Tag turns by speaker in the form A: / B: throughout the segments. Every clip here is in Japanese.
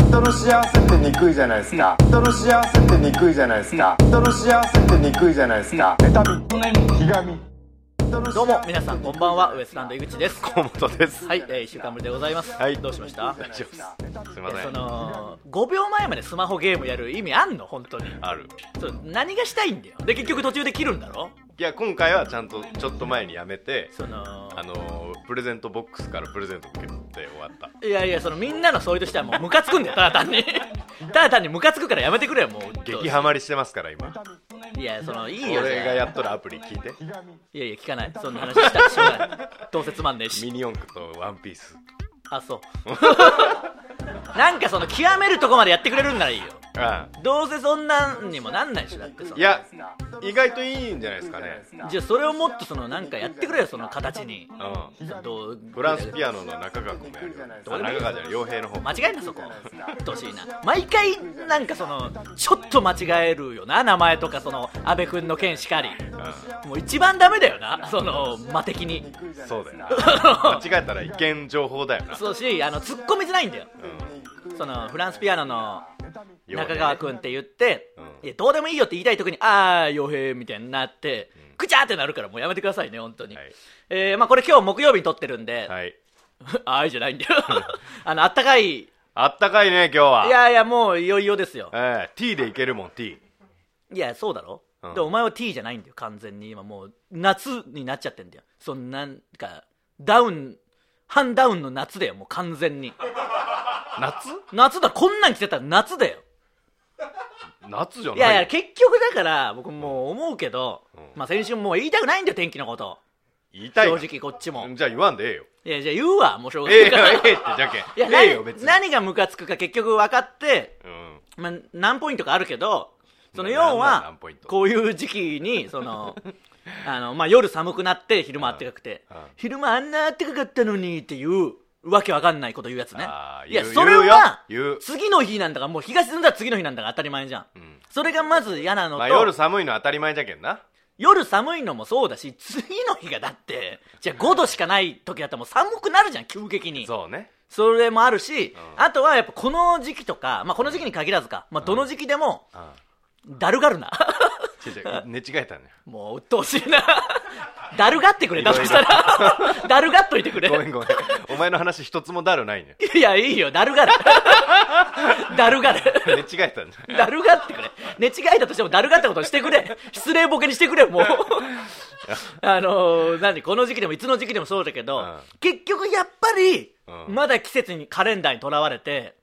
A: 人の幸せってにくいじゃないですか人の幸せってにくいじゃないですか人の幸せってにくいじゃないですか妬みひがみ
B: どうも皆さんこんばんはウエストランド井口です
C: 河本です
B: はい、えー、1週間ぶりでございます、
C: はい
B: どうしました
C: 大丈夫ですすいませ
B: そ
C: ん
B: の5秒前までスマホゲームやる意味あんの本当に
C: ある
B: そう何がしたいんだよで結局途中で切るんだろ
C: いや今回はちゃんとちょっと前にやめて
B: その
C: あのープレゼントボックスからプレゼント受け取って終わった
B: いやいやそのみんなのそういうとしてはもうムカつくんだよただ単にただ単にムカつくからやめてくれよもう
C: 激ハマりしてますから今
B: いやそのいいよ
C: 俺がやっ
B: と
C: とるアプリ聞いて
B: いやいや聞かないそんな話したらしょうがないどうせつまんねえし
C: ミニ四駆とワンピース
B: あそうなんかその極めるとこまでやってくれるんならいいよ
C: あ
B: どうせそんなんにもなんないしだってさ
C: あいや意外といいんじゃないですかね
B: じゃあそれをもっとそのなんかやってくれよその形に
C: うん
B: どう
C: フランスピアノの中川君もやるよあ中川じゃない傭兵の方
B: 間違えんなそこうっとうしいな毎回なんかそのちょっと間違えるよな名前とかその阿部君の件しかりもう一番ダメだよなその間的に
C: うんそうだ よな間違えたら違憲情報だよな
B: そうしあのツッコみづらいんだよそのフランスピアノの中川君って言って、
C: うん
B: いやどうでもいいよって言いたい時にああ傭兵みたいになって、くちゃーってなるからもうやめてくださいね本当に、
C: はい
B: えーまあ、これ今日木曜日に撮ってるんで、
C: はい
B: あいじゃないんだよあのあったかいい
C: あったかいね今日はい
B: やいやもういよいよですよ
C: ええ T でいけるもん T
B: いやそうだろ、
C: うん
B: でお前は T じゃないんだよ完全に今もう夏になっちゃってんだよそんなんかダウン半ダウンの夏だよもう完全に
C: 夏
B: 夏だこんなん着てたら夏だよ
C: 夏じゃない
B: いやいや結局だから僕もう思うけど、まあ先週もう言いたくないんだよ天気のこと
C: 言いたい
B: 正
C: な
B: 直こっちも、
C: じゃあ言わんでええよ
B: いやじゃあ言うわもうしょうが
C: ええ
B: ない
C: よ
B: から、
C: ええってじゃけ ん
B: いや
C: ええ
B: 何
C: よ別に
B: 何がムカつくか結局分かって
C: うん
B: まあ、何ポイントかあるけどその
C: な
B: 要
C: なんなん
B: は
C: 何ポイント
B: こういう時期 にそのあの、まあ、夜寒くなって昼間あったかくて
C: うんうん
B: 昼間あんなあったかかったのにっていうわけわかんないこと言うやつね
C: あー
B: いや
C: 言う
B: それは
C: 言うよ言う
B: 次の日なんだからもう日が沈んだら次の日なんだから当たり前じゃん、
C: ん
B: それがまず嫌なのと、
C: まあ夜寒いの当たり前じゃけんな
B: 夜寒いのもそうだし次の日がだってじゃあ5度しかない時だったらもう寒くなるじゃん急激に
C: そうね
B: それもあるし、
C: うん
B: あとはやっぱこの時期とか、まあ、この時期に限らずか、まあ、どの時期でも、
C: うん
B: だるが るな。
C: 違う違 う寝違えたね
B: もう鬱陶しいな。だるがってくれ、だとしたら。 だるがっといてくれ。
C: ごめんごめんお前の話一つもだるないね
B: いや、いいよ、だるが る。だるがる。
C: 寝違えたね
B: だるがってくれ。寝違えたとしてもだるがったことにしてくれ。失礼ボケにしてくれ、もう。あのー、何この時期でもいつの時期でもそうだけど、
C: うん
B: 結局やっぱり、
C: うん
B: まだ季節にカレンダーにとらわれて、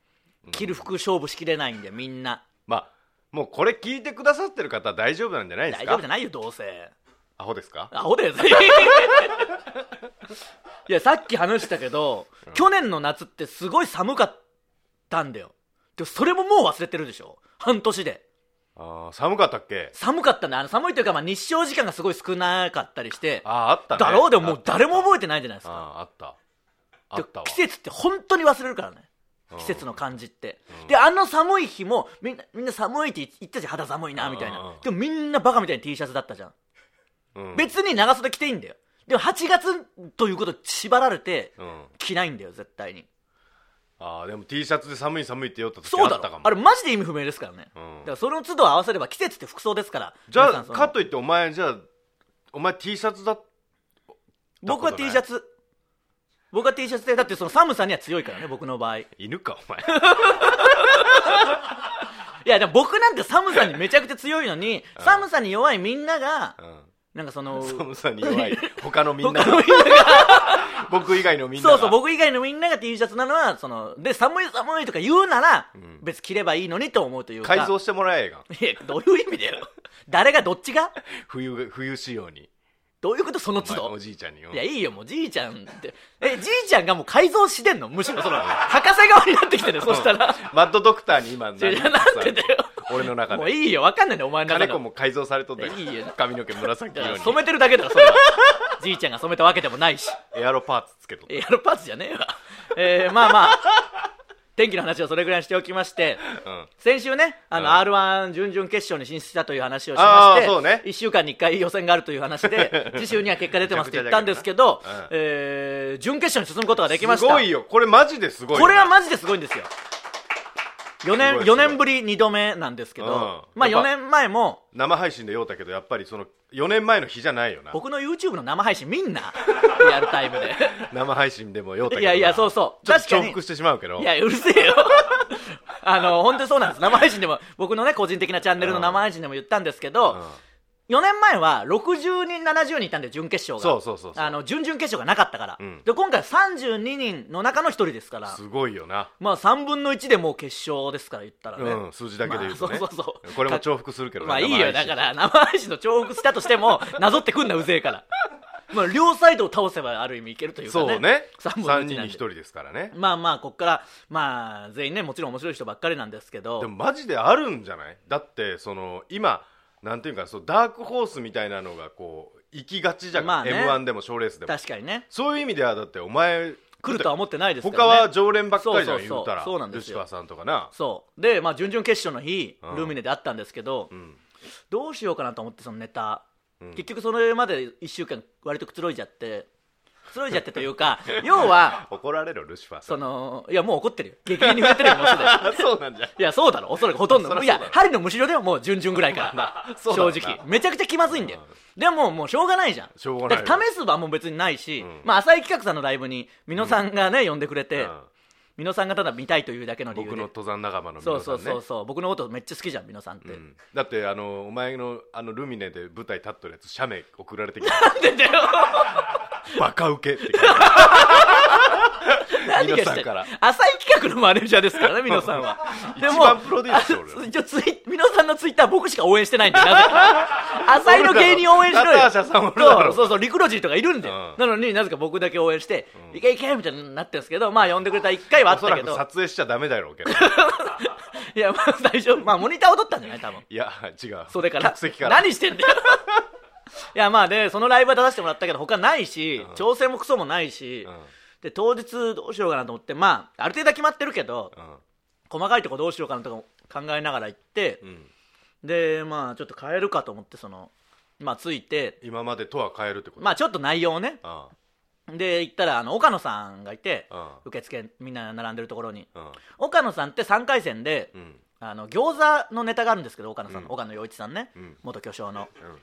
B: 着る服勝負しきれないんだよ、みんな。
C: まあもうこれ聞いてくださってる方は大丈夫なんじゃないです
B: 大
C: か
B: 丈夫じゃないよ、どうせ。
C: アホですか
B: アホだよ いやさっき話したけど、去年の夏ってすごい寒かったんだよでもそれももう忘れてるでしょ半年で
C: あー寒かったっけ
B: 寒かったんだよあの寒いというか、まあ、日照時間がすごい少なかったりして
C: あーあったね
B: だろうでもも
C: あ
B: う誰も覚えてないじゃないですか
C: あーあったあったわ
B: で季節って本当に忘れるからね
C: うん
B: 季節の感じって、であの寒い日もみんなみんな寒いって言ったじゃん肌寒いなみたいな、
C: うん
B: でもみんなバカみたいに T シャツだったじゃん
C: うん
B: 別に長袖着ていいんだよでも8月ということに縛られて
C: うん
B: 着ないんだよ絶対に
C: ああでも T シャツで寒い寒いって言おった時
B: そう
C: あ
B: だ
C: ったか
B: ろ
C: も
B: あれマジで意味不明ですからね、
C: うん
B: だからその都度合わせれば季節って服装ですから
C: じゃ
B: 皆さ
C: あ
B: んその
C: かといってお前じゃあお前 T シャツだ
B: 僕は T シャツ僕は T シャツでだってその寒さには強いからね僕の場合い
C: 犬かお前
B: やでも僕なんて寒さにめちゃくちゃ強いのに、寒さに弱いみんながなんかその
C: うん、寒さに弱い他のみんな
B: 他のみんなが
C: 僕以外のみんな
B: そ
C: が
B: うそう僕以外のみんなが T シャツなのはそので寒い寒いとか言うなら、
C: ん
B: 別に着ればいいのにと思うというか
C: 改造してもらえが
B: いやどういう意味だよ誰がどっちが
C: 冬が冬仕様に
B: どういうことその
C: お
B: 都
C: 前
B: 度
C: おじいちゃんによ
B: いやいいよもうじいちゃんってえじいちゃんがもう改造してんのむしろその博士側になってきてるよそしたら
C: マッドドクターに今
B: いやなんでだよ
C: 俺の中
B: も
C: で
B: ういいよわかんないねお前の中
C: 金
B: で
C: 子も改造されとった
B: いやいいよ
C: 髪の毛紫色に
B: 染めてるだけだろそれは じいちゃんが染めたわけでもないし
C: エアロパーツつけとった
B: エアロパーツじゃねえわえー、まあまあ天気の話をそれぐらいにしておきまして、
C: うん
B: 先週ね、あの、
C: うん
B: R1 準々決勝に進出したという話をしまして、
C: あーそうね
B: 1週間に1回予選があるという話 で、次週には結果出てますって言ったんですけど、
C: めちゃくちゃだけどなうん
B: えー準決勝に進むことができまし
C: す
B: た。
C: ごいよこれマジですごいよ
B: これはマジですごいんですよ。 4
C: す
B: 年
C: ごい
B: 4年ぶり2度目なんですけど、
C: うん
B: まあ
C: や
B: 4
C: っぱ
B: 年前も
C: 生配信で酔うたけどやっぱりその4年前の日じゃないよな
B: 僕の YouTube の生配信みんなリアルタイムで
C: 生配信でも酔うたけどない
B: やいやそうそう
C: ちょっと
B: 確か
C: 重
B: に
C: 複してしまうけど
B: いやうるせえよ あの本当にそうなんです生配信でも僕のね個人的なチャンネルの生配信でも言ったんですけど、
C: うん
B: 4年前は60人70人いたんで準決勝が
C: そうそうそうそう
B: あの準々決勝がなかったから、
C: うん
B: で今回32人の中の1人ですから
C: すごいよな
B: まあ3分の1でもう決勝ですから言ったらね、
C: うん数字だけで言うとね
B: まあそうそうそう
C: これも重複するけどね
B: まあいい
C: 生
B: よ
C: 配
B: だ
C: 信
B: から生配信の重複したとしてもなぞってくんなうぜえからまあ両サイドを倒せばある意味いけるというかね
C: そうね
B: 3
C: 3
B: 分の1なんで
C: 人に1人ですからね
B: まあまあこっからまあ全員ねもちろん面白い人ばっかりなんですけど
C: でもマジであるんじゃないだってその今なんていうかそうダークホースみたいなのがこう行きがちじゃん、
B: まあね
C: m 1でも賞レースでも
B: 確かにね
C: そういう意味ではだってお前
B: 来るとは思ってないですから、
C: 他
B: ね、
C: は常連ばっかりじ
B: そうそ
C: ゃん
B: うそう
C: 言うたら
B: そうなんですよ
C: ルシファーさんとかな
B: そうでまあ準々決勝の日、
C: うん
B: ルミネで会ったんですけど、
C: ん
B: どうしようかなと思ってそのネタ、
C: うん
B: 結局それまで1週間割とくつろいじゃってくつろいじゃってという か要は
C: 怒られるルシファーさ
B: そ
C: ん
B: のいやもう怒ってるよ激励に触れてるよもうすでに
C: そうなんじゃ
B: いや そうだろおそらくほとん
C: そり
B: ど
C: ゃ
B: い
C: そうだ
B: や
C: ろ
B: 針のむしろではもう準々ぐらいから
C: そう
B: 正
C: なんだ
B: 直めちゃくちゃ気まずいんだよでももうしょうがないじゃん
C: しょうがないよ
B: だから試す場も別にないし、
C: ん
B: まあ浅井企画さんのライブに美濃さんがね、呼んでくれて、
C: うん
B: 美濃さんがただ見たいというだけの理由で
C: 僕の登山仲間の皆さん
B: そう
C: ね
B: そうそうそう僕のことめっちゃ好きじゃん美濃さんって、
C: うんだってあのお前のあのルミネで舞台立っとるやつ写メ送られ てきた
B: でで
C: バカウケって
B: 何がし
C: 皆
B: た
C: さ
B: い
C: んから
B: 浅い企画のマネージャーですからね、皆さんは。
C: 一番プロデュースしておるよ
B: あの一応ツイ皆さんのツイッター僕しか応援してないんで、なぜか。 浅いの芸人応援しろよ。
C: ナターシャさんおるだろ
B: そうそうそう、リクロジーとかいるんで。
C: うん
B: なのになぜか僕だけ応援して、いけいけみたいになってるんですけど、まあ呼んでくれた1回はあ
C: お
B: っ
C: そ
B: た
C: ら
B: け
C: く
B: ど、
C: 撮影しちゃダメだろうけど
B: いや、まあ大丈夫。まあモニターを取ったんじゃない多分。
C: いや違う
B: それから。
C: 客席から
B: 何して んだよ。いやまあでそのライブは出させてもらったけど他ないし、
C: うん
B: 調整もクソもないし、
C: うん
B: で当日どうしようかなと思ってまあある程度は決まってるけど、細かいとこどうしようかなとかも考えながら行って
C: う、んうん
B: でまあちょっと変えるかと思ってそのまあついて
C: 今までとは変えるってこと
B: まあちょっと内容をね
C: あ
B: で行ったらあの岡野さんがいて
C: あ
B: 受付みんな並んでるところに
C: あ
B: 岡野さんって3回戦で、
C: うんうん
B: あの餃子のネタがあるんですけど岡野さんの、
C: うん
B: 岡野陽一さんね、
C: うん
B: 元巨匠の
C: うん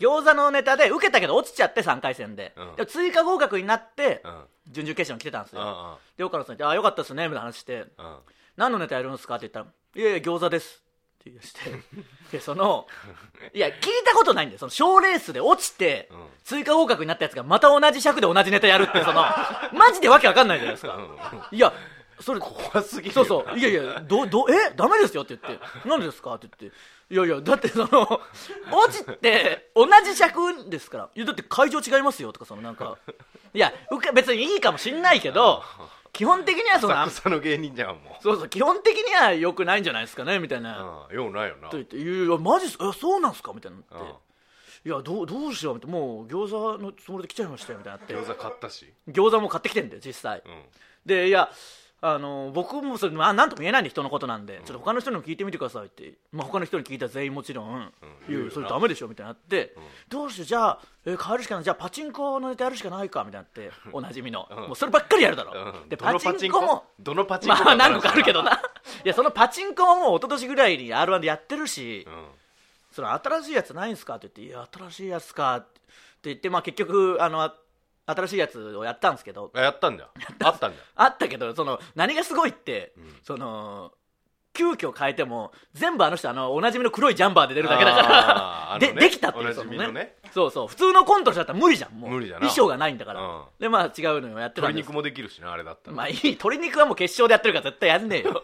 B: 餃子のネタで受けたけど落ちちゃって3回戦で,、
C: うん
B: でも追加合格になって、
C: うんうん
B: 準々決勝に来てたんですよ、
C: うん
B: で岡野さんに「ああよかったですね」みたいな話して
C: うん
B: 何のネタやるんですかって言ったら「いやいや餃子です」って言い出して でそのいや聞いたことないんだよその賞レースで落ちて、
C: うん
B: 追加合格になったやつがまた同じ尺で同じネタやるってそのマジでわけわかんないじゃないですかいやそれ
C: 怖すぎる
B: そうそういやいやどどえダメですよって言って何でですかって言っていやいやだってその落ちて同じ尺ですからいやだって会場違いますよとかそのなんかいや受け別にいいかもしんないけど基本的にはそのあん
C: 浅草の芸人じゃんも
B: そうそう基本的には良くないんじゃないですかねみたいな、
C: ううんようないよな
B: と言って「いやいやマジっすえそうなんすか?」みたいになって
C: う
B: 「
C: ん
B: いやどうどうしよう」みたいな「もう餃子のつもりで来ちゃいましたよ」みたいになっ
C: 餃
B: て
C: 子買ったし
B: 餃子も買ってきてんだよ実際、
C: うん
B: でいやあの僕もそれまあなんとも言えないんで人のことなんで、ちょっと他の人にも聞いてみてくださいって、まあ、他の人に聞いたら全員もちろん、
C: 言うよない
B: やそれダメでしょみたいになって、どうしてじゃあ、えー変えるしかないじゃあパチンコのネタやるしかないかみたいになっておなじみの、もうそればっかりやるだろ、
C: うん
B: で
C: ど
B: パ
C: の
B: チンコも
C: どのパチンコ
B: まあ何個かあるけど ないやそのパチンコももう一昨年ぐらいに r 1でやってるし、
C: うん
B: その新しいやつないんすかって言って「いや新しいやつか」って言って、まあ、結局あのあ新しいやつをやったんですけど
C: あやったんだあったんだ
B: あったけどその何がすごいって、その急遽変えても全部あの人あのおなじみの黒いジャンバーで出るだけだから、
C: あー あ
B: で
C: のね
B: できたっていう
C: おなじ
B: その
C: みのね
B: そうそう普通のコントの人だったら無理じゃんもう
C: 無理だな
B: 衣装がないんだから、
C: うん
B: でまあ違うのをやってたん
C: 鶏
B: ですけど
C: 肉もできるしなあれだったら
B: まあいい鶏肉はもう決勝でやってるから絶対やんね えよ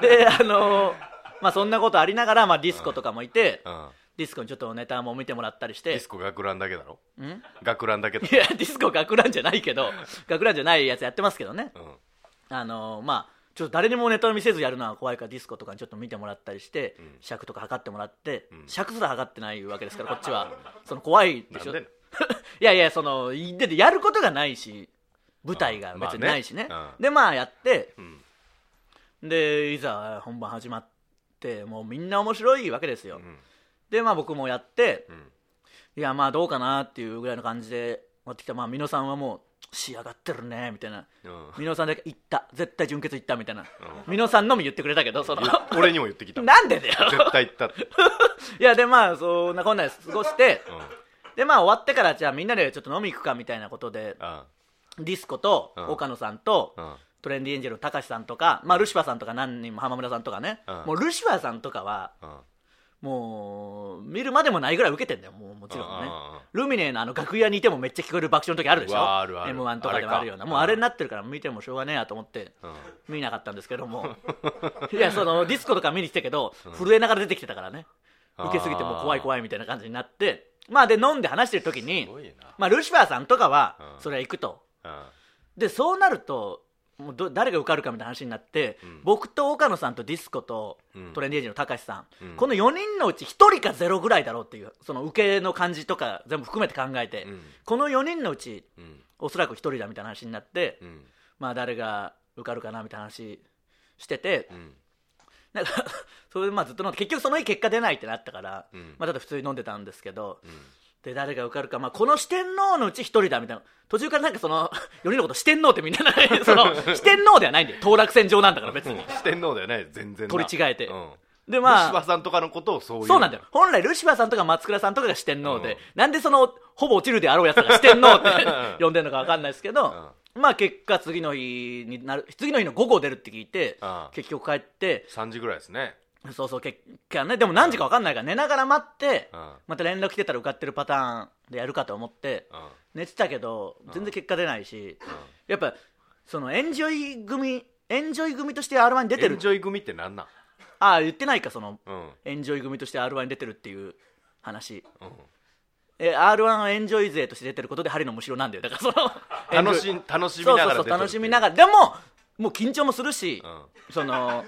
B: であのーまあそんなことありながら、まあ、ディスコとかもいて、
C: うん
B: ディスコにちょっとネタも見てもらったりし
C: ディ
B: て
C: スコ学ランだけだろ
B: ん い
C: 学ランだけだ
B: やディスコ学ランじゃないけ ど学ランじゃないやつやってますけどね
C: うん
B: あのーまあちょっと誰にもネタを見せずやるのは怖いからディスコとかにちょっと見てもらったりして、尺とか測ってもらって、尺すら測ってないわけですからこっち はその怖いでしょ
C: なんで
B: いやいやそのいだってやることがないし舞台が別にないしね,、
C: まあねうん
B: でまあやって、
C: うん
B: でいざ本番始まってもうみんな面白いわけですよ、
C: ん
B: でまあ僕もやって
C: うん
B: いやまあどうかなっていうぐらいの感じでやってきたまあ美濃さんはもう仕上がってるねみたいな
C: うん
B: 美濃さんだけ行った絶対純潔行ったみたいな美濃さんのみ言ってくれたけどその
C: 俺にも言ってきた
B: なんで だよ
C: 絶対言ったって、
B: いやでまあそんなこんなで過ごして
C: うん、
B: でまあ終わってからじゃあみんなでちょっと飲み行くかみたいなことで
C: あ
B: ディスコと
C: うん
B: 岡野さんと
C: あ
B: トレンディエンジェルの高橋さんとかまあルシファーさんとか何人も浜村さんとかね
C: うん
B: もうルシファーさんとかは
C: ああ
B: もう見るまでもないぐらい受けてんだよもうもちろんね
C: うんうんうん
B: ルミネのあの楽屋にいてもめっちゃ聞こえる爆笑の時あるでし
C: う
B: ょ
C: わあるある
B: m 1とかでもあるような
C: あれか
B: もうあれになってるから見てもしょうがねえやと思って
C: うん
B: 見なかったんですけど もいやそのディスコとか見に来たけど震えながら出てきてたからね受けすぎてもう怖い怖いみたいな感じになってまあで飲んで話してる時に
C: すごいな
B: まあルシファーさんとかは
C: うん
B: それは行くと
C: あ
B: でそうなるともうど誰が受かるかみたいな話になって、
C: ん
B: 僕と岡野さんとディスコと
C: うん
B: トレンディエンジェルの高橋さん、
C: うん
B: この4人のうち1人か0ぐらいだろうっていうその受けの感じとか全部含めて考えて、
C: うん
B: この4人のうち
C: うん
B: おそらく1人だみたいな話になって、
C: うん
B: まあ誰が受かるかなみたいな話してて、
C: うん
B: なんか それでまあずっと飲んで結局その日結果出ないってなったから、
C: うん
B: まあ、ただ普通に飲んでたんですけど、
C: うん
B: で誰が受かるか、まあ、この四天王のうち一人だみたいな途中からなんかその 4人のこと四天王ってみんな その四天王ではないんだよ当落戦場なんだから別に
C: 四天王だよね全然な
B: 取り違えて
C: うん
B: で
C: ルシファ
B: まあ
C: ーさんとかのことをそういう
B: そうなんだよ本来ルシファーさんとか松倉さんとかが四天王で、
C: うん
B: なんでそのほぼ落ちるであろうやつらが四天王って 呼んでるのか分かんないですけど、まあ結果次の日になる次の日の午後出るって聞いて、
C: うん
B: 結局帰って
C: 3時ぐらいですね
B: そうそう結果ねでも何時か分かんないから寝ながら待って、
C: うん
B: また連絡来てたら受かってるパターンでやるかと思って、
C: うん
B: 寝てたけど全然結果出ないし、やっぱそのエンジョイ組エンジョイ組として r 1に出て
C: エ
B: る
C: ンジョイ組ってなんなん
B: ああ言ってないかその
C: うん
B: エンジョイ組として r 1に出てるっていう話
C: うん
B: え r 1をエンジョイ勢として出てることで針のむしろなんだよだからその
C: 楽し
B: エンジョイ
C: ん楽しみな
B: そう
C: が
B: そ
C: ら
B: うそう楽しみな
C: が
B: がらでももう緊張もするし、
C: うん
B: その
C: ら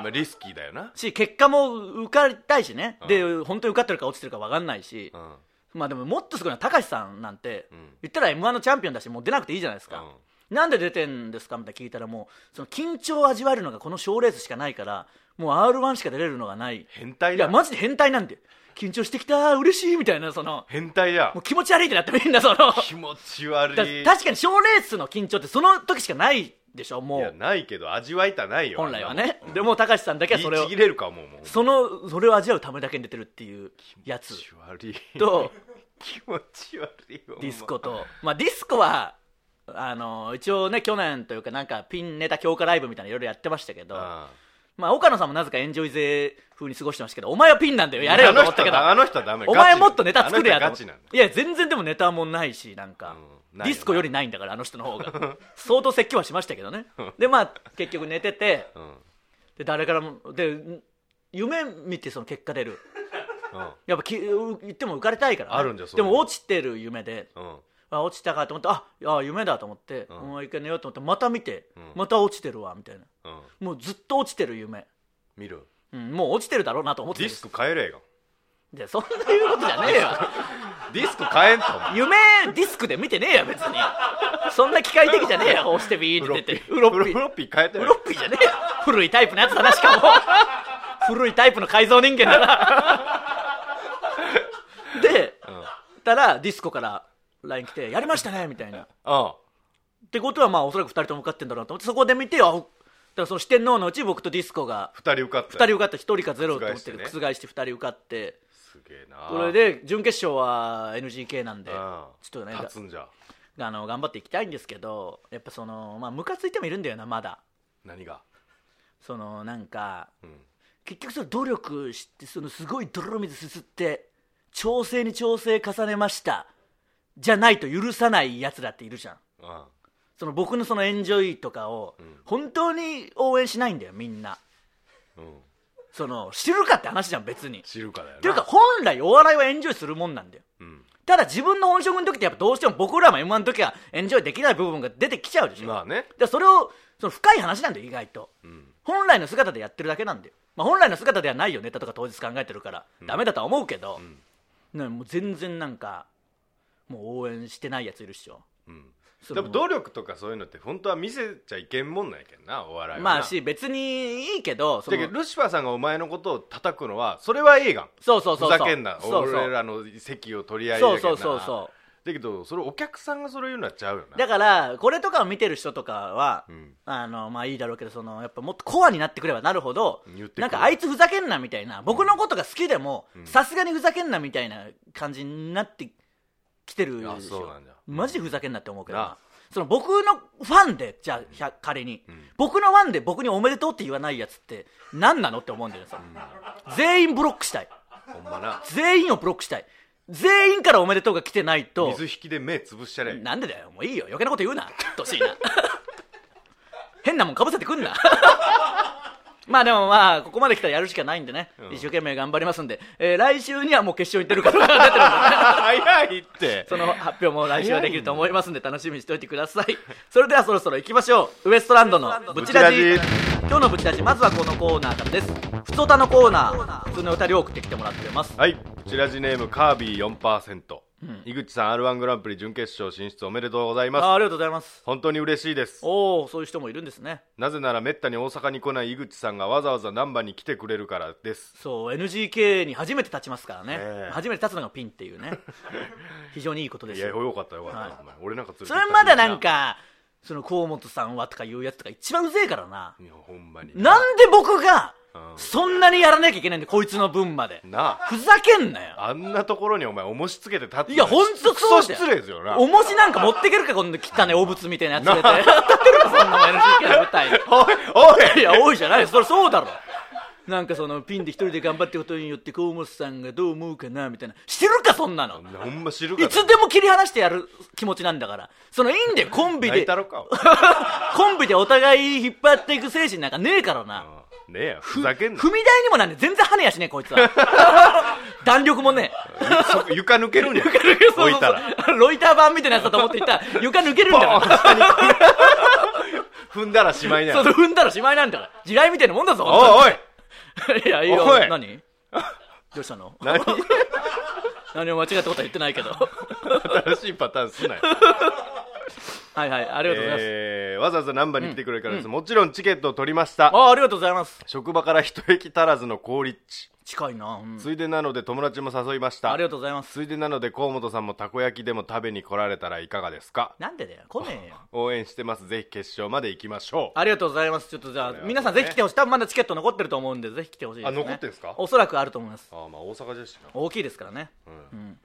C: 今リスキーだよな
B: し結果も受かりたいしね、で本当に受かってるか落ちてるか分かんないし、
C: うん
B: まあでももっとすごいのは高橋さんなんて、
C: ん
B: 言ったら m 1のチャンピオンだしもう出なくていいじゃないですか、なんで出てんですかみたいな聞いたらもうその緊張を味わえるのがこの賞ーレースしかないからもう r 1しか出れるのがない
C: 変態
B: い
C: だ
B: やマジで変態なんで緊張してきた嬉しいみたいなその
C: 変態だ
B: もう気持ち悪いってなってみん なそのだ
C: 気持ち悪い
B: 確かに賞ーレースの緊張ってその時しかないでしょも
C: いや
B: う
C: ないけど味わいたないよ
B: 本来はねでも高橋さんだけはそ
C: そ
B: れ
C: れ
B: を
C: ちぎれるかももう
B: そのそれを味わうためだけに出てるっていうや
C: 気
B: つ
C: 持ち悪い
B: と
C: 気持ち悪いよ
B: ディスコとまあディスコはあの一応ね去年というかなんかピンネタ強化ライブみたいないろいろやってましたけど
C: あ
B: まあ、岡野さんもなぜかエンジョイ勢風に過ごしてましたけど、お前はピンなんだよ、やれよと思ったけど、
C: あの人はダメ
B: お前もっとネタ作れやと
C: あ
B: 思
C: の
B: って
C: 人はガチなん
B: い
C: だ
B: や、全然でもネタもないし、なんか、
C: うんないよな
B: ディスコよりないんだから、あの人の方が。相当説教はしましたけどね。で、まあ、結局寝てて、で、誰からも、で、ん夢見てその結果出る。やっぱき言っても浮かれたいからね、
C: あるんだよそうい
B: で
C: うの
B: も落ちてる夢で、
C: うんうんうん
B: あ落ちたかと思って、ああ夢だと思って、
C: ん
B: もう一回寝ようと思って、また見て、
C: ん
B: また落ちてるわ、みたいな。
C: うん
B: もうずっと落ちてる夢。
C: 見る
B: うん、もう落ちてるだろうなと思ってた
C: ディ
B: んです
C: スク変えれよ
B: いやそんな言うことじゃねえよ
C: ディスク変えんとお前
B: 夢ディスクで見てねえよ別にそんな機械的じゃねえよ押してビーって出て
C: フロッピーフ
B: フ
C: ロ
B: ロ
C: ッピー変えて
B: フロッピーじゃねえよ古いタイプのやつだなしかも古いタイプの改造人間だなで、たらディスコから LINE 来て「やりましたね」みたいなっ
C: うん
B: てことはまあおそらく2人とも受かってんだろうなと思ってそこで見てあだからその四天王のうち僕とディスコが
C: 二人受かった
B: 2人受かった1人か0と思ってる覆
C: 覆して
B: して2人受かって
C: すげえな
B: これで準決勝は NGK なんで
C: うん
B: ちょっとね
C: 立つんじゃ
B: あの頑張っていきたいんですけどやっぱそのまあムカついてもいるんだよなまだ
C: 何が
B: そのなんか
C: うん
B: 結局その努力してそのすごい泥水すすって調整に調整重ねましたじゃないと許さないやつらっているじゃん
C: うん
B: その僕のそのエンジョイとかを本当に応援しないんだよみんな
C: うん
B: その知るかって話じゃん別にっ
C: 知るかだよな
B: ていうか本来お笑いはエンジョイするもんなんだよ
C: うん
B: ただ自分の本職の時ってやっぱどうしても僕らも m 1の時はエンジョイできない部分が出てきちゃうでしょ、
C: まあね
B: でそれをその深い話なんだよ意外と、
C: ん
B: 本来の姿でやってるだけなんだよ、まあ、本来の姿ではないよネタとか当日考えてるから、ダメだとは思うけど、ね、もう全然なんかもう応援してないやついるっしょ
C: うん
B: そ
C: で
B: の
C: も努力とかそういうのって本当は見せちゃいけんもんなんやけんなお笑いはな
B: まあし別にいいけどそ
C: だ
B: の
C: けどルシファーさんがお前のことを叩くのはそれはええがん
B: そうそうそうそう
C: ふざけんな
B: そうそう
C: 俺らの席を取り合いやけ
B: そ
C: ん
B: う
C: な
B: そうそうそ
C: だけどそれお客さんがそれ言うのはちゃうよな
B: だからこれとかを見てる人とかは、
C: うん
B: あのまあいいだろうけどそのやっぱもっとコアになってくればなるほど
C: 言ってくる
B: なんかあいつふざけんなみたいな僕のことが好きでもさすがにふざけんなみたいな感じになってきてるでしょ
C: あそうなんだ
B: マジでふざけんなって思うけど
C: なあ
B: その僕のファンでじゃあひゃ仮に、僕のファンで僕におめでとうって言わないやつって何なのって思うんだよねさ、全員ブロックしたい
C: ほんまな
B: 全員をブロックしたい全員からおめでとうが来てないと
C: 水引きで目潰しちゃれ
B: なんでだよもういいよ余計なこと言うなどしいな変なもんかぶせてくんなまあでもまあここまで来たらやるしかないんでね、
C: ん
B: 一生懸命頑張りますんで、えー来週にはもう決勝行ってるから出てるんで
C: 早いって
B: その発表も来週はできると思いますんで楽しみにしておいてくださいそれではそろそろ行きましょうウエストランドのブチラジ
C: ブチラジ
B: 今日のブチラジまずはこのコーナーからですふつおたのコーナー普通の歌両送ってきてもらってます
C: はいチラジネームカービィ4%、井口さん r 1グランプリ準決勝進出おめでとうございます
B: あありがとうございます
C: 本当に嬉しいです
B: おおそういう人もいるんですね
C: なぜならめったに大阪に来ない井口さんがわざわざ難波に来てくれるからです
B: そう NGK に初めて立ちますからね、
C: ええ
B: 初めて立つのがピンっていうね非常にいいことで
C: い
B: す
C: や
B: よ
C: よかったよかった、
B: はい
C: お前俺なんか連れて
B: それまだなんかその河本さんはとかいうやつとか一番うぜえからない
C: やほんまに
B: なんで僕が
C: うん
B: そんなにやらなきゃいけないんだこいつの分まで
C: なあ
B: ふざけんなよ
C: あんなところにお前重しつけて立って
B: いやほんとそうだよ
C: クソ失礼ですよな
B: おもしなんか持ってけるかこんな汚ねお物みたいなやつ出てやってるかそんなもん NGK の舞台に
C: おいお
B: い
C: い
B: や多いじゃないそれそうだろなんかそのピンで一人で頑張ってことによって河本さんがどう思うかなみたいなしてるかそんなの
C: ほんま知るか
B: いつでも切り離してやる気持ちなんだからそのいいんだよコンビ
C: 泣
B: で
C: いたろかお
B: コンビでお互い引っ張っていく精神なんかねえからな
C: 前ねえよふざけんな
B: 踏み台にもなんで全然跳ねやしねえこいつは 弾力もねえ
C: そこ床抜けるんや
B: そう
C: 置い
B: そう
C: た
B: そう
C: ら
B: ロイター版みたいなやつだと思っていったら床抜けるんだ
C: ポーン
B: か
C: 下に踏んだらし まい
B: ら
C: な
B: そう
C: よ
B: そう踏んだらしまいなんだから地雷みたいなもんだぞ
C: おいおい
B: いいやいいよ
C: おい
B: 何どうしたの
C: 何
B: 何も間違ったことは言ってない けど
C: 新しいパターンすなよ
B: はいはいありがとうございます、
C: えーわざわざ難波に来てくれるからです、もちろんチケットを取りました
B: あありがとうございます
C: 職場から一駅足らずの好立地
B: 近いな、うん
C: ついでなので友達も誘いました
B: ありがとうございます
C: ついでなので河本さんもたこ焼きでも食べに来られたらいかがですか
B: なんでだよ来ね えよ
C: 応援してますぜひ決勝まで行きましょう
B: ありがとうございます。ちょっとじゃあ、
C: れは
B: 皆さんぜひ来てほしい。多分まだチケット残ってると思うんで、ぜひ来てほしいです、ね。
C: あ残ってんすか
B: おそらくあると思います。
C: ああまあ大阪ですしな
B: 大きいですからね。うん。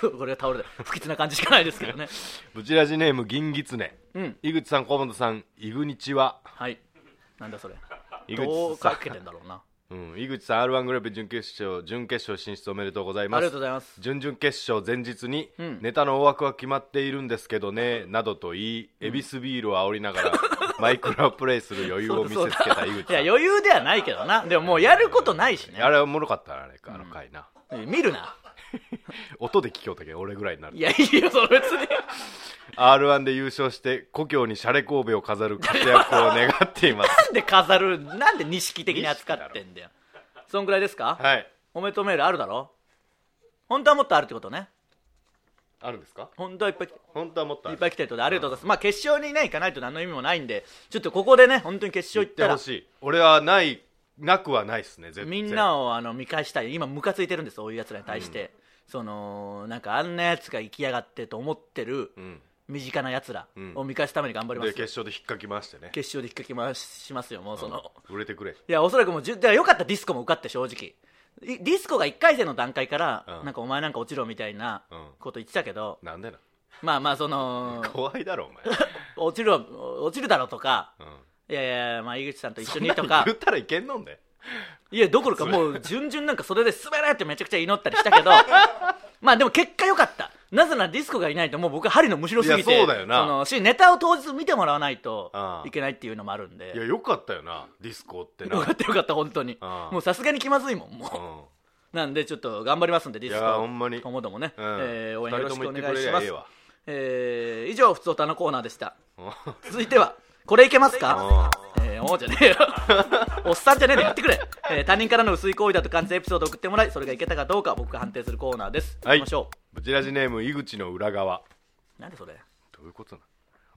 B: 今日これは倒れて、不吉な感じしかないですけど ね。
C: ブチラジネーム銀狐、
B: うん
C: 井口さん河本さんイグニチは
B: はい。なんだそれ。
C: 井
B: ど
C: 口
B: う
C: さん
B: かけてんだろうな。
C: うん、井口さん r 1グループ準決勝準決勝進出おめでとうございます
B: ありがとうございます
C: 準々決勝前日に、
B: ん
C: ネタの大枠は決まっているんですけどねなどと言いエビスビールを煽り ながら、マイクラプレイする余裕を見せつけた井口
B: い
C: さ
B: や、
C: ん
B: 余裕ではないけどな。でももうやることないしね
C: あ。れおもろかったなあれかあの回な、
B: 見るな。
C: 音で聞きよったけど俺ぐらいになる
B: いや、いいよ、それ別に。
C: r 1で優勝して故郷にシャレ神戸を飾る活躍を願っています
B: なんで飾る、なんで錦的に扱ってんだよ。そんぐらいですか、
C: はい
B: おめでとうメールあるだろ本当はもっとあるってことね。
C: あるんですか
B: 本当はいっぱい来て
C: 本当はもっとあ
B: いっ
C: る
B: ぱい来てるってことでありがとうございます。まあ決勝にね、行かないと何の意味もないんで、ちょっとここでね、本当に決勝
C: 言っ
B: 行った
C: て
B: ら
C: ほ、しい俺はないなくはないっすね絶対
B: みんなをあの見返したい。今ムカついてるんです、そういう奴らに対して。その、なんかあんな奴が生きやがってと思ってる
C: うん
B: 身近な奴ら
C: ん
B: を見返すために頑張ります
C: で
B: よ。
C: 決勝で引っかき回してね
B: 決勝で引っかき回しますよ、もうその。
C: 売れてくれ
B: いや、おそらくもうじゅ、だからよかったディスコも受かって、正直。いディスコが1回戦の段階から、
C: うん
B: なんかお前なんか落ちろみたいな
C: うん
B: こと言ってたけど、
C: なんでな
B: まあまあ、その、
C: 怖いだろお前、
B: 落ちるわ、落ちるだろうとか、
C: うん、
B: いやいや、まあ、井口さんと一緒
C: そん
B: に
C: な
B: と
C: に
B: か
C: 言、ったらいけんのんで
B: いや、どころかもう、順々なんか袖で滑れってめちゃくちゃ祈ったりしたけ ど、まあでも結果良かった。なぜならディスコがいないともう僕は針のむしろすぎ
C: い
B: て、
C: やそうだよな
B: のし、ネタを当日見てもらわないと
C: ああ
B: いけないっていうのもあるんで
C: いや、よかったよなディスコってな、
B: よかったよかった、本当に
C: あ。あ
B: もうさすがに気まずいもん、もう。
C: う
B: なんでちょっと頑張りますんでディス
C: いやー
B: コ
C: ほんまに
B: ともどもね、
C: うん
B: えー応援よろしくお願いしま
C: 二人とも言ってくれ
B: す
C: りゃええわ
B: えー以上ふつおたのコーナーでした
C: んうん
B: 続いてはこれいけます
C: あ
B: かえー、おうじゃねえよ おっさんじゃねえのやってくれ、えー他人からの薄い行為だと感じたエピソードを送ってもらいそれがいけたかどうか僕が判定するコーナーです
C: はい
B: 行きましょ
C: ブチラジネーム井口の裏側
B: うなんでそれ
C: どういうことな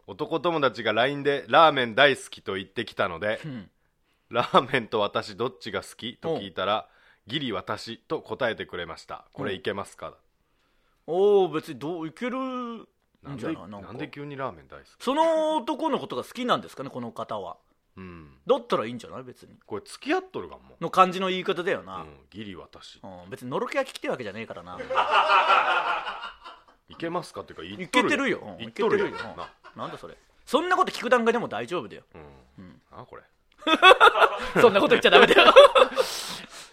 C: 男友達が LINE で「ラーメン大好き」と言ってきたので
B: ん
C: 「ラーメンと私どっちが好き?」と聞いたら「ギリ私」と答えてくれましたこれいけますか、
B: おお別にどういけるん
C: なん
B: じゃ
C: で
B: ないなん
C: な
B: か
C: んで急にラーメン大好き
B: その男のことが好きなんですかねこの方は
C: うん
B: だったらいいんじゃない別に
C: これ付き合っとるがんも
B: の感じの言い方だよ
C: う
B: な、
C: ん、ギリ私
B: うん別にのろけが聞きてるわけじゃねえからない
C: けますかっていうか言
B: い
C: っと
B: け
C: る
B: てるよ
C: よ
B: うん
C: 言
B: い
C: っ
B: けて
C: と
B: るよ
C: るよ
B: な
C: な
B: なんだそれそんなこと聞く段階でも大丈夫だよ
C: うん、
B: うん
C: なあこれ
B: そんなこと言っちゃダメだよ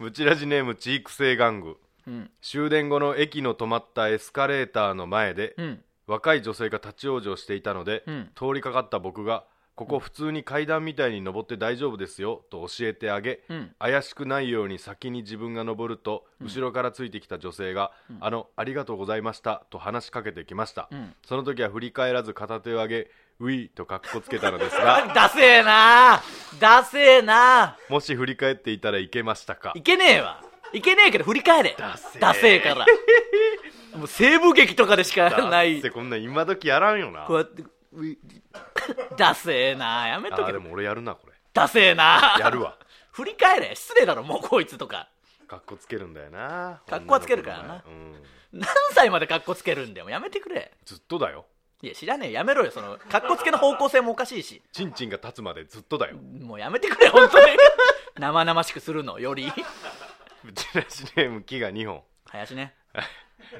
C: ブチラジネームチーク性玩具
B: うん
C: 終電後の駅の止まったエスカレーターの前で、
B: うん
C: 若い女性が立ち往生していたので、
B: うん
C: 通りかかった僕が「ここ普通に階段みたいに登って大丈夫ですよ」と教えてあげ、
B: うん
C: 怪しくないように先に自分が登ると、後ろからついてきた女性が「あのありがとうございました」と話しかけてきました、
B: ん
C: その時は振り返らず片手を上げ「ウィー」とかっこつけたのです が
B: ダセえなダセえな
C: もし振り返っていたらいけましたか
B: いけねえわいけねえけど振り返れ
C: ダセえ
B: ダセえ からもう西部劇とかでしかない
C: ってこんなん今時やらんよな
B: こうやってうい ダセえなやめ
C: あ
B: と
C: ー
B: け
C: でも俺やるなこれ
B: ダセえな
C: やるわ
B: 振り返れ失礼だろもうこいつとか
C: かっこつけるんだ よな
B: かっこはつけるからな
C: 女の子の前うん
B: 何歳までかっこつけるんだよもうやめてくれ
C: ずっとだよ
B: いや知らねえやめろよそのかっこつけの方向性もおかしいし
C: ちんちんが立つまでずっとだよ
B: もうやめてくれ本当に 生々しくするのより
C: ブチラシネーム木が2本
B: 林ね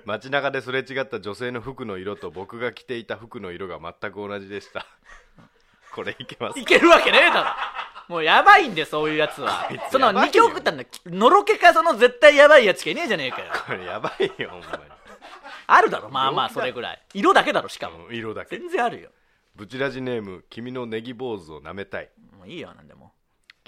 C: 街中ですれ違った女性の服の色と僕が着ていた服の色が全く同じでしたこれいけます
B: いけるわけねえだろもうやばいんでそういうやつは
C: つ
B: その
C: やばい
B: 二
C: よ
B: 極端なのろけかその絶対やばいやつしかいねえじゃねえかよ
C: これやばいよほんま
B: あるだろまあまあそれぐらい色だけだろしかも
C: にうん色だけ
B: 全然あるよ
C: ブチラジネーム君のネギ坊主を舐めたい
B: もういいよなんでも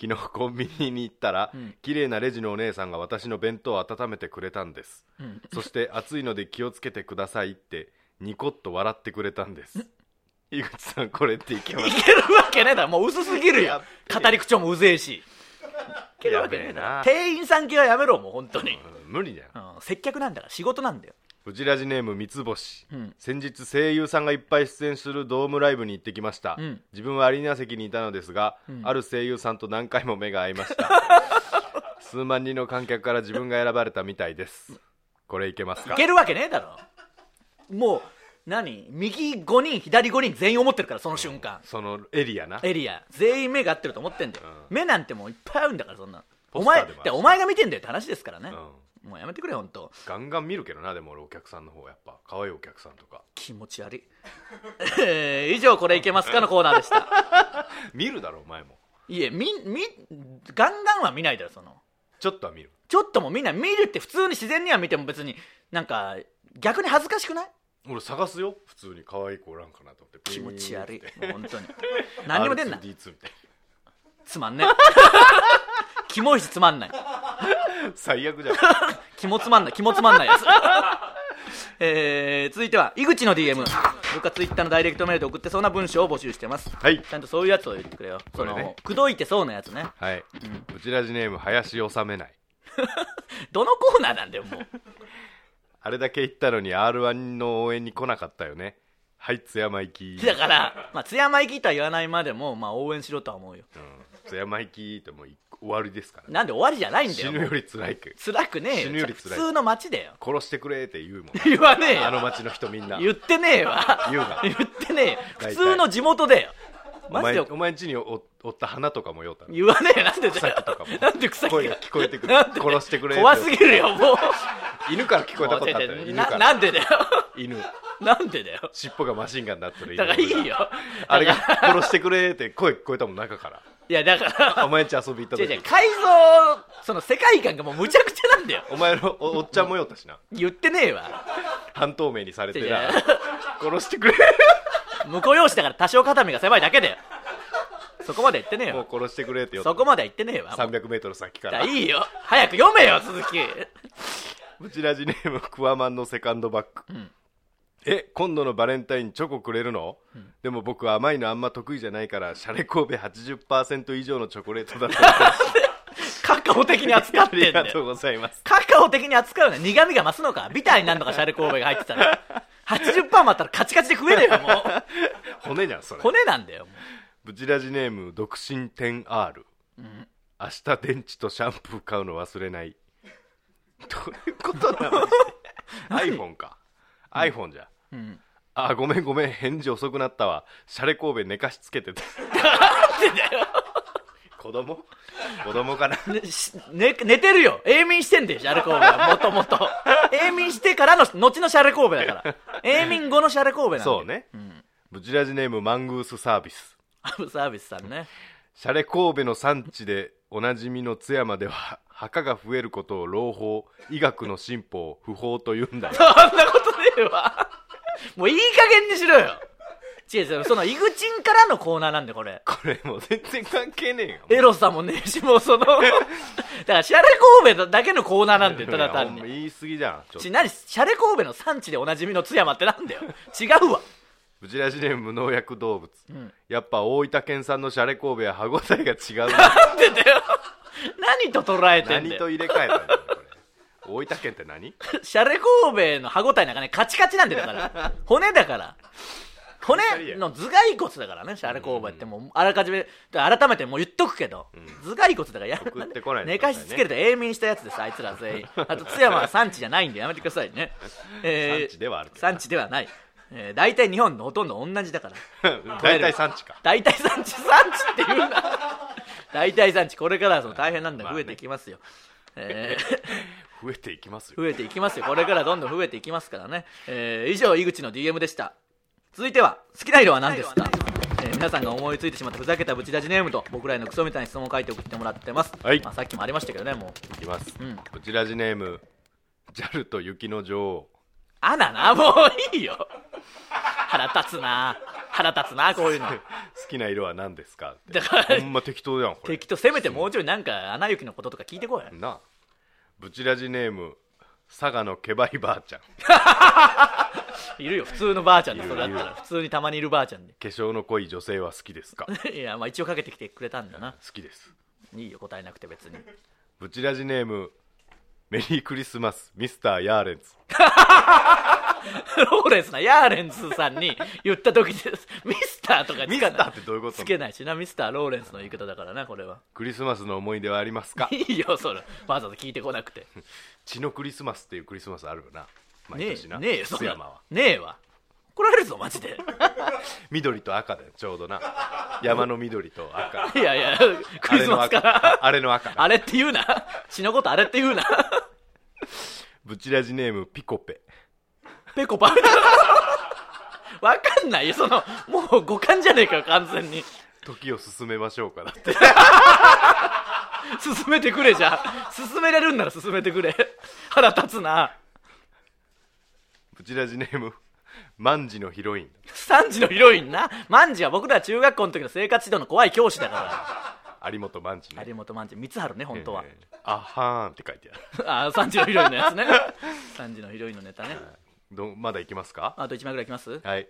C: 昨日コンビニに行ったら、綺麗なレジのお姉さんが私の弁当を温めてくれたんです、そして暑いので気をつけてくださいってニコッと笑ってくれたんです井口さんこれっていけま
B: い
C: す
B: けるわけねえだろもう薄すぎる
C: やっ
B: よ
C: べ
B: 語り口調もうぜえしいけるわけねえだろ
C: やべ
B: 店員さん系はやめろもう本当に、
C: うん無理だよ
B: うん、接客なんだから仕事なんだよ
C: ブチラジネーム三つ星、
B: ん
C: 先日声優さんがいっぱい出演するドームライブに行ってきました、
B: ん
C: 自分はアリーナ席にいたのですが、ある声優さんと何回も目が合いました数万人の観客から自分が選ばれたみたいですこれいけます
B: い
C: か
B: けるわけねえだろもう何右5人左5人全員思ってるからその瞬間
C: そのエリアな
B: エリア全員目が合ってると思ってんだよ、目なんてもういっぱい合うんだからそんなお
C: ポスタ
B: 前
C: ーでもあるし
B: でお前が見てんだよって話ですからね、
C: う
B: もうやめてくれ本当
C: ガンガン見るけどなでも俺お客さんの方やっぱ可愛いお客さんとか
B: 気持ち悪い えー以上これいけますかのコーナーでした
C: 見るだろお前も
B: いえみみガンガンは見ないだろその
C: ちょっとは見る
B: ちょっともうみんな見るって普通に自然には見ても別になんか逆に恥ずかしくない
C: 俺探すよ普通に可愛い子おらんかなと思って
B: 気持ち悪い
C: ピーンって
B: もう本当に何にも出んな
C: R2D2 みたい
B: つまんねえ キモいしつまんない
C: な 最悪じゃん
B: 気もつまんない気もつまんないやつえー、続いては井口の DM 僕はツイッターのダイレクトメールで送ってそうな文章を募集してます
C: はい
B: ちゃんとそういうやつを言ってくれよその
C: これね
B: 口説いてそうなやつね
C: はい、うちらじネーム林治めない
B: どのコーナーなんだよもう
C: あれだけ言ったのに r 1の応援に来なかったよねはい津山行き
B: だから、まあ、津山行きとは言わないまでも、まあ、応援しろとは思うよ
C: うん津山行きってもうい終わりですから、
B: なんで終わりじゃないんだ
C: 死
B: よ
C: ぬ
B: も
C: よ
B: う
C: り辛いけど
B: 辛くねえよ
C: 死ぬより
B: 普
C: 辛い
B: 通の街だよ
C: 殺してくれって言うもん
B: 言わねえ
C: あの
B: よ
C: 町の人みんな
B: 言ってねえわ
C: 言うが
B: 言ってねえよ普
C: 大体
B: 通の地元だよ
C: お
B: マジ
C: 前
B: で
C: お前んちにおおった花とかもようたの
B: 言わねえなんでだ
C: 草
B: よ
C: 木とかも
B: なんで草木
C: 声が聞こえてくる
B: なんで
C: 殺してくれって
B: 怖すぎるよもう
C: 犬から聞こえたことあったよ
B: もう
C: 犬 か
B: な
C: ら
B: なんでだよ
C: 犬
B: なんでだよ
C: 尻尾がマシンガンになってる犬
B: だからいいよ
C: あれが
B: だか
C: 殺してくれって声聞こえたもん中から
B: らいやだから
C: お前んち遊び行った
B: 違う違
C: 時
B: う改造その世界観がもうむちゃくちゃなんだよ
C: お前のおおっちゃんもようたしな
B: 言ってねえわ
C: 半透明にされて
B: 違う
C: な殺してくれ
B: 婿養子だから多少肩身が狭いだけだよそこまで言ってねえ
C: もう
B: よ
C: 殺してくれってよ
B: そこまでは言ってねえわもう
C: 300m 先か
B: だかららいいよ早く読めよ鈴木
C: ブチラジネームクワマンのセカンドバッグ、え今度のバレンタインチョコくれるの、でも僕は甘いのあんま得意じゃないからシャレ神戸80%以上のチョコレートだ った
B: カカオ的に扱っ
C: あ
B: て
C: り
B: んだ
C: がとう
B: よ
C: ございます
B: カカオ的に扱うのは苦味が増すのかビターになるのかシャレ神戸が入ってたら80%もあったらカチカチで食えねえよもう
C: 骨じゃんそれ
B: 骨なんだよもう
C: ブチラジネーム独身 10R、明日電池とシャンプー買うの忘れないどういうことなの iPhone か iPhone じゃ
B: うん、
C: あごめんごめん返事遅くなったわシャレ神戸寝かしつけてた子供子供かな
B: ねしね寝てるよ永眠してんでシャレ神戸はもともと永眠してからの後のシャレ神戸だから永眠後のシャレ神戸なんで
C: そうね、ブチラジネームマングースサービス
B: アブサービスさんね
C: シャレ神戸の産地でおなじみの津山では墓が増えることを朗報医学の進歩を不法と言うんだよ
B: そんなことねえわもういい加減にしろよ違う違うそのイグチンからのコーナーなんでこれ
C: これもう全然関係ねえよ
B: エロさもねえしもうそのだからシャレ神戸だけのコーナーなんでただ単
C: いやほんま
B: に
C: 言い過ぎじゃんちょっと
B: ちなにシャレ神戸の産地でおなじみの津山ってなんだよ違うわ
C: ブチラジネーム農薬動物、
B: ん
C: やっぱ大分県産のシャレ神戸は歯応えが違うな
B: なんでだよ何と捉えてん
C: 何
B: だ
C: と
B: よ
C: 入れ替えたんだよこれ大分県って 何
B: シャレ神戸の歯ごたえなんかねカチカチなんでだから骨だから骨の頭蓋骨だからねシャレ神戸ってもうあらかじめ改めてもう言っとくけど、頭蓋骨だからや
C: 送ってこないで
B: 寝
C: くださ
B: か
C: いね
B: しつけると永眠したやつですあいつら 全員あと津山は産地じゃないんでやめてくださいね、えー
C: 産地ではあるけど
B: 産地ではない、えー、大体日本のほとんど同じだから
C: 大体産地か
B: 大体産地産地って言うな大体産地これからはその大変なんだ
C: まあ
B: 増
C: ね
B: えていきますよ、えー
C: 増えていきますよ
B: 増えていきますよこれからどんどん増えていきますからね、えー以上井口の DM でした続いては好きな色は何ですか、えー皆さんが思いついてしまったふざけたブチラジネームと僕らへのクソみたいな質問を書いて送ってもらってます、
C: はい
B: まあ、さっきもありましたけどねもう
C: いきます、
B: うん
C: ブチラジネームジャルと雪の女王
B: あなな もういいよ腹立つな腹立つなこう いうの
C: 好きな色は何ですかって
B: だから
C: ほんま適当じゃんこれ
B: 敵とせめてもうちょいなんか穴行きのこととか聞いてこい
C: なあブチラジネーム佐賀のケバリばあちゃん化
B: いるよ普通のばあちゃんで
C: い
B: そ
C: る
B: れだったら普通にたまにいるばあちゃんで
C: 粧の濃い女性は好きですか好
B: いやまあ一応かけてきてくれたんだな
C: きです
B: いいよ答えなくて別に
C: ブチラジネームメリークリスマスミスターヤーレンズ
B: ローレンスなヤーレンズさんに言った時ですミスターとかつかない
C: ミスターってどういうこと
B: つけないしなミスターローレンスの言い方だからなこれは
C: クリスマスの思い出はありますか
B: いいよそれわざわざ聞いてこなくて
C: 血のクリスマスっていうクリスマスあるよな毎
B: ね
C: 年
B: え
C: な、
B: ねえよそ
C: 津
B: んな
C: 山は
B: ねえわ怒られるぞマジ で
C: 緑と赤だよちょうどな山の緑と赤
B: いやいやク
C: あ
B: リ
C: れ
B: ス
C: の
B: マスか
C: 赤
B: ら
C: あれの赤
B: あれって言うな血のことあれって言うな
C: ブチラジネームピコペ
B: ペコパわかんないよそのもう五感じゃねえかよ完全に
C: 時を進めましょうかだって
B: 進めてくれじゃあ進めれるんなら進めてくれ腹立つな
C: ブチラジネーム万事のヒロイン
B: 三時のヒロインな万次は僕ら中学校の時の生活指導の怖い教師だか
C: 有本万事
B: ら
C: ね
B: 有本万次光晴ね本当は、
C: えーあはーんって書いてある
B: あ三時のヒロインのやつ ね三時のヒロインのネタね
C: どまだいきますか
B: あと1枚ぐらいいきます
C: はい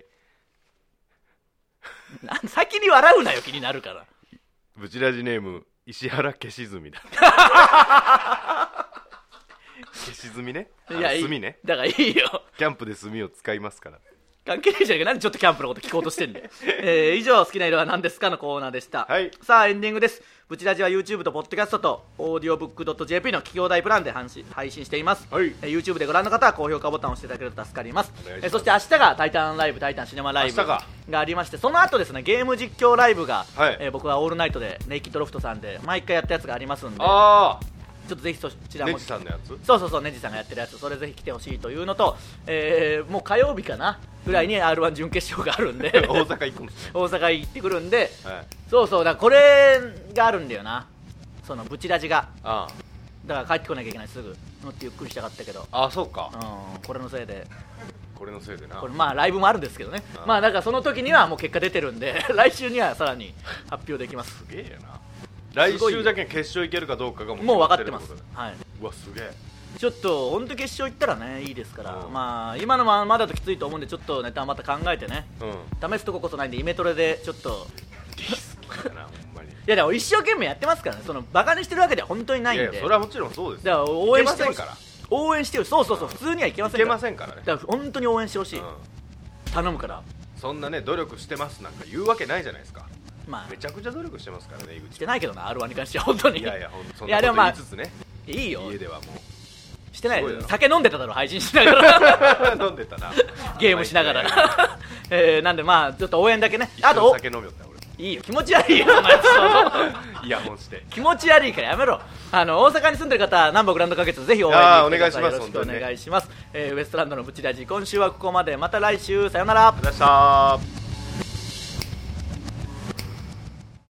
B: なん先に笑うなよ気になるから
C: ブチラジネーム石原消し炭 だ消し炭ねあの
B: いい
C: 炭ね
B: だからいいよ
C: キャンプで炭を使いますから
B: 関係ないじゃんかなんでちょっとキャンプのこと聞こうとして んだよ、えー以上好きな色は何ですかのコーナーでした、
C: はい
B: さあエンディングですブチラジは YouTube と Podcast と audiobook.jp の企業大プランで配信配信しています、
C: はい
B: えー YouTube でご覧の方は高評価ボタンを押していただけると助かります
C: お願いします
B: えーそして明日が「タイタンライブ」「タイタンシネマライブ」
C: 明日か
B: がありましてその後ですねゲーム実況ライブが、
C: はい
B: えー僕はオールナイトでネイキッドロフトさんで毎回やったやつがありますんでちょ
C: あ
B: っとぜひそち
C: あ
B: ら
C: ネ
B: も
C: ジさんのや つ
B: そうそうそうネジさんがやってるやつそれぜひ来てほしいというのと、えーもう火曜日かなぐらいに r 1準決勝があるんで
C: 大阪行くんですね
B: 大阪行ってくるんで
C: はい
B: そうそうだからこれがあるんだよなそのブチラジが
C: あ
B: だから帰ってこなきゃいけないすぐ乗ってゆっくりしたかったけど
C: ああそうか
B: うんこれのせいで
C: これのせいでな
B: これまあライブもあるんですけどね
C: あ
B: まあだからその時にはもう結果出てるんで 来週にはさらに発表できます
C: すげえよな
B: す
C: 来
B: ごい
C: 週じゃけん決勝行けるかどうかが
B: もう分かって
C: 決ま
B: ます
C: るこ
B: はい
C: とだうわすげえ
B: ちょっと本当決勝行ったらねいいですから、
C: うん
B: まあ今のままだときついと思うんでちょっとネタはまた考えてね
C: うん
B: 試すとここそないんでイメトレでちょっと
C: 好きだなほんまにい
B: いやでも一生懸命やってますからねそのバカにしてるわけでは本当にないんで
C: やいやそれはもちろんそうです
B: だから
C: よ
B: 応援してほ
C: い
B: し
C: けませんから
B: い応援してるそうそうそう普通にはいけませんか
C: いけ
B: ら
C: ませんからね
B: だから本当に応援してほしい、
C: うん
B: 頼むから
C: そんなね努力してますなんか言うわけないじゃないですか
B: まあ
C: めちゃくちゃ努力してますからね井
B: し
C: 口
B: てないけどな r 1に関しては本当に
C: いやいやほんとそん
B: い
C: な
B: や
C: こ
B: で
C: と
B: もま
C: 言
B: あ
C: いつつね
B: いいよ
C: 家ではもう
B: してないです
C: すごいな
B: 酒飲んでただろ配信しなが ら
C: 飲んでたな
B: ゲームしながら えーなんでまあちょっと応援だけねあ
C: あ
B: と
C: と
B: お
C: 酒飲みよった俺
B: いいよ気持ち悪い よお前そう
C: イヤホンして
B: 気持ち悪いからやめろあの大阪に住んでる方南北グランド花月ぜひ応援に
C: あー
B: 来てください
C: お願
B: よろ
C: いします
B: しくお
C: 本当にね
B: 願いします、えーウエストランドのブチラジ今週はここまでまた来週さよなら
C: ありがとうございました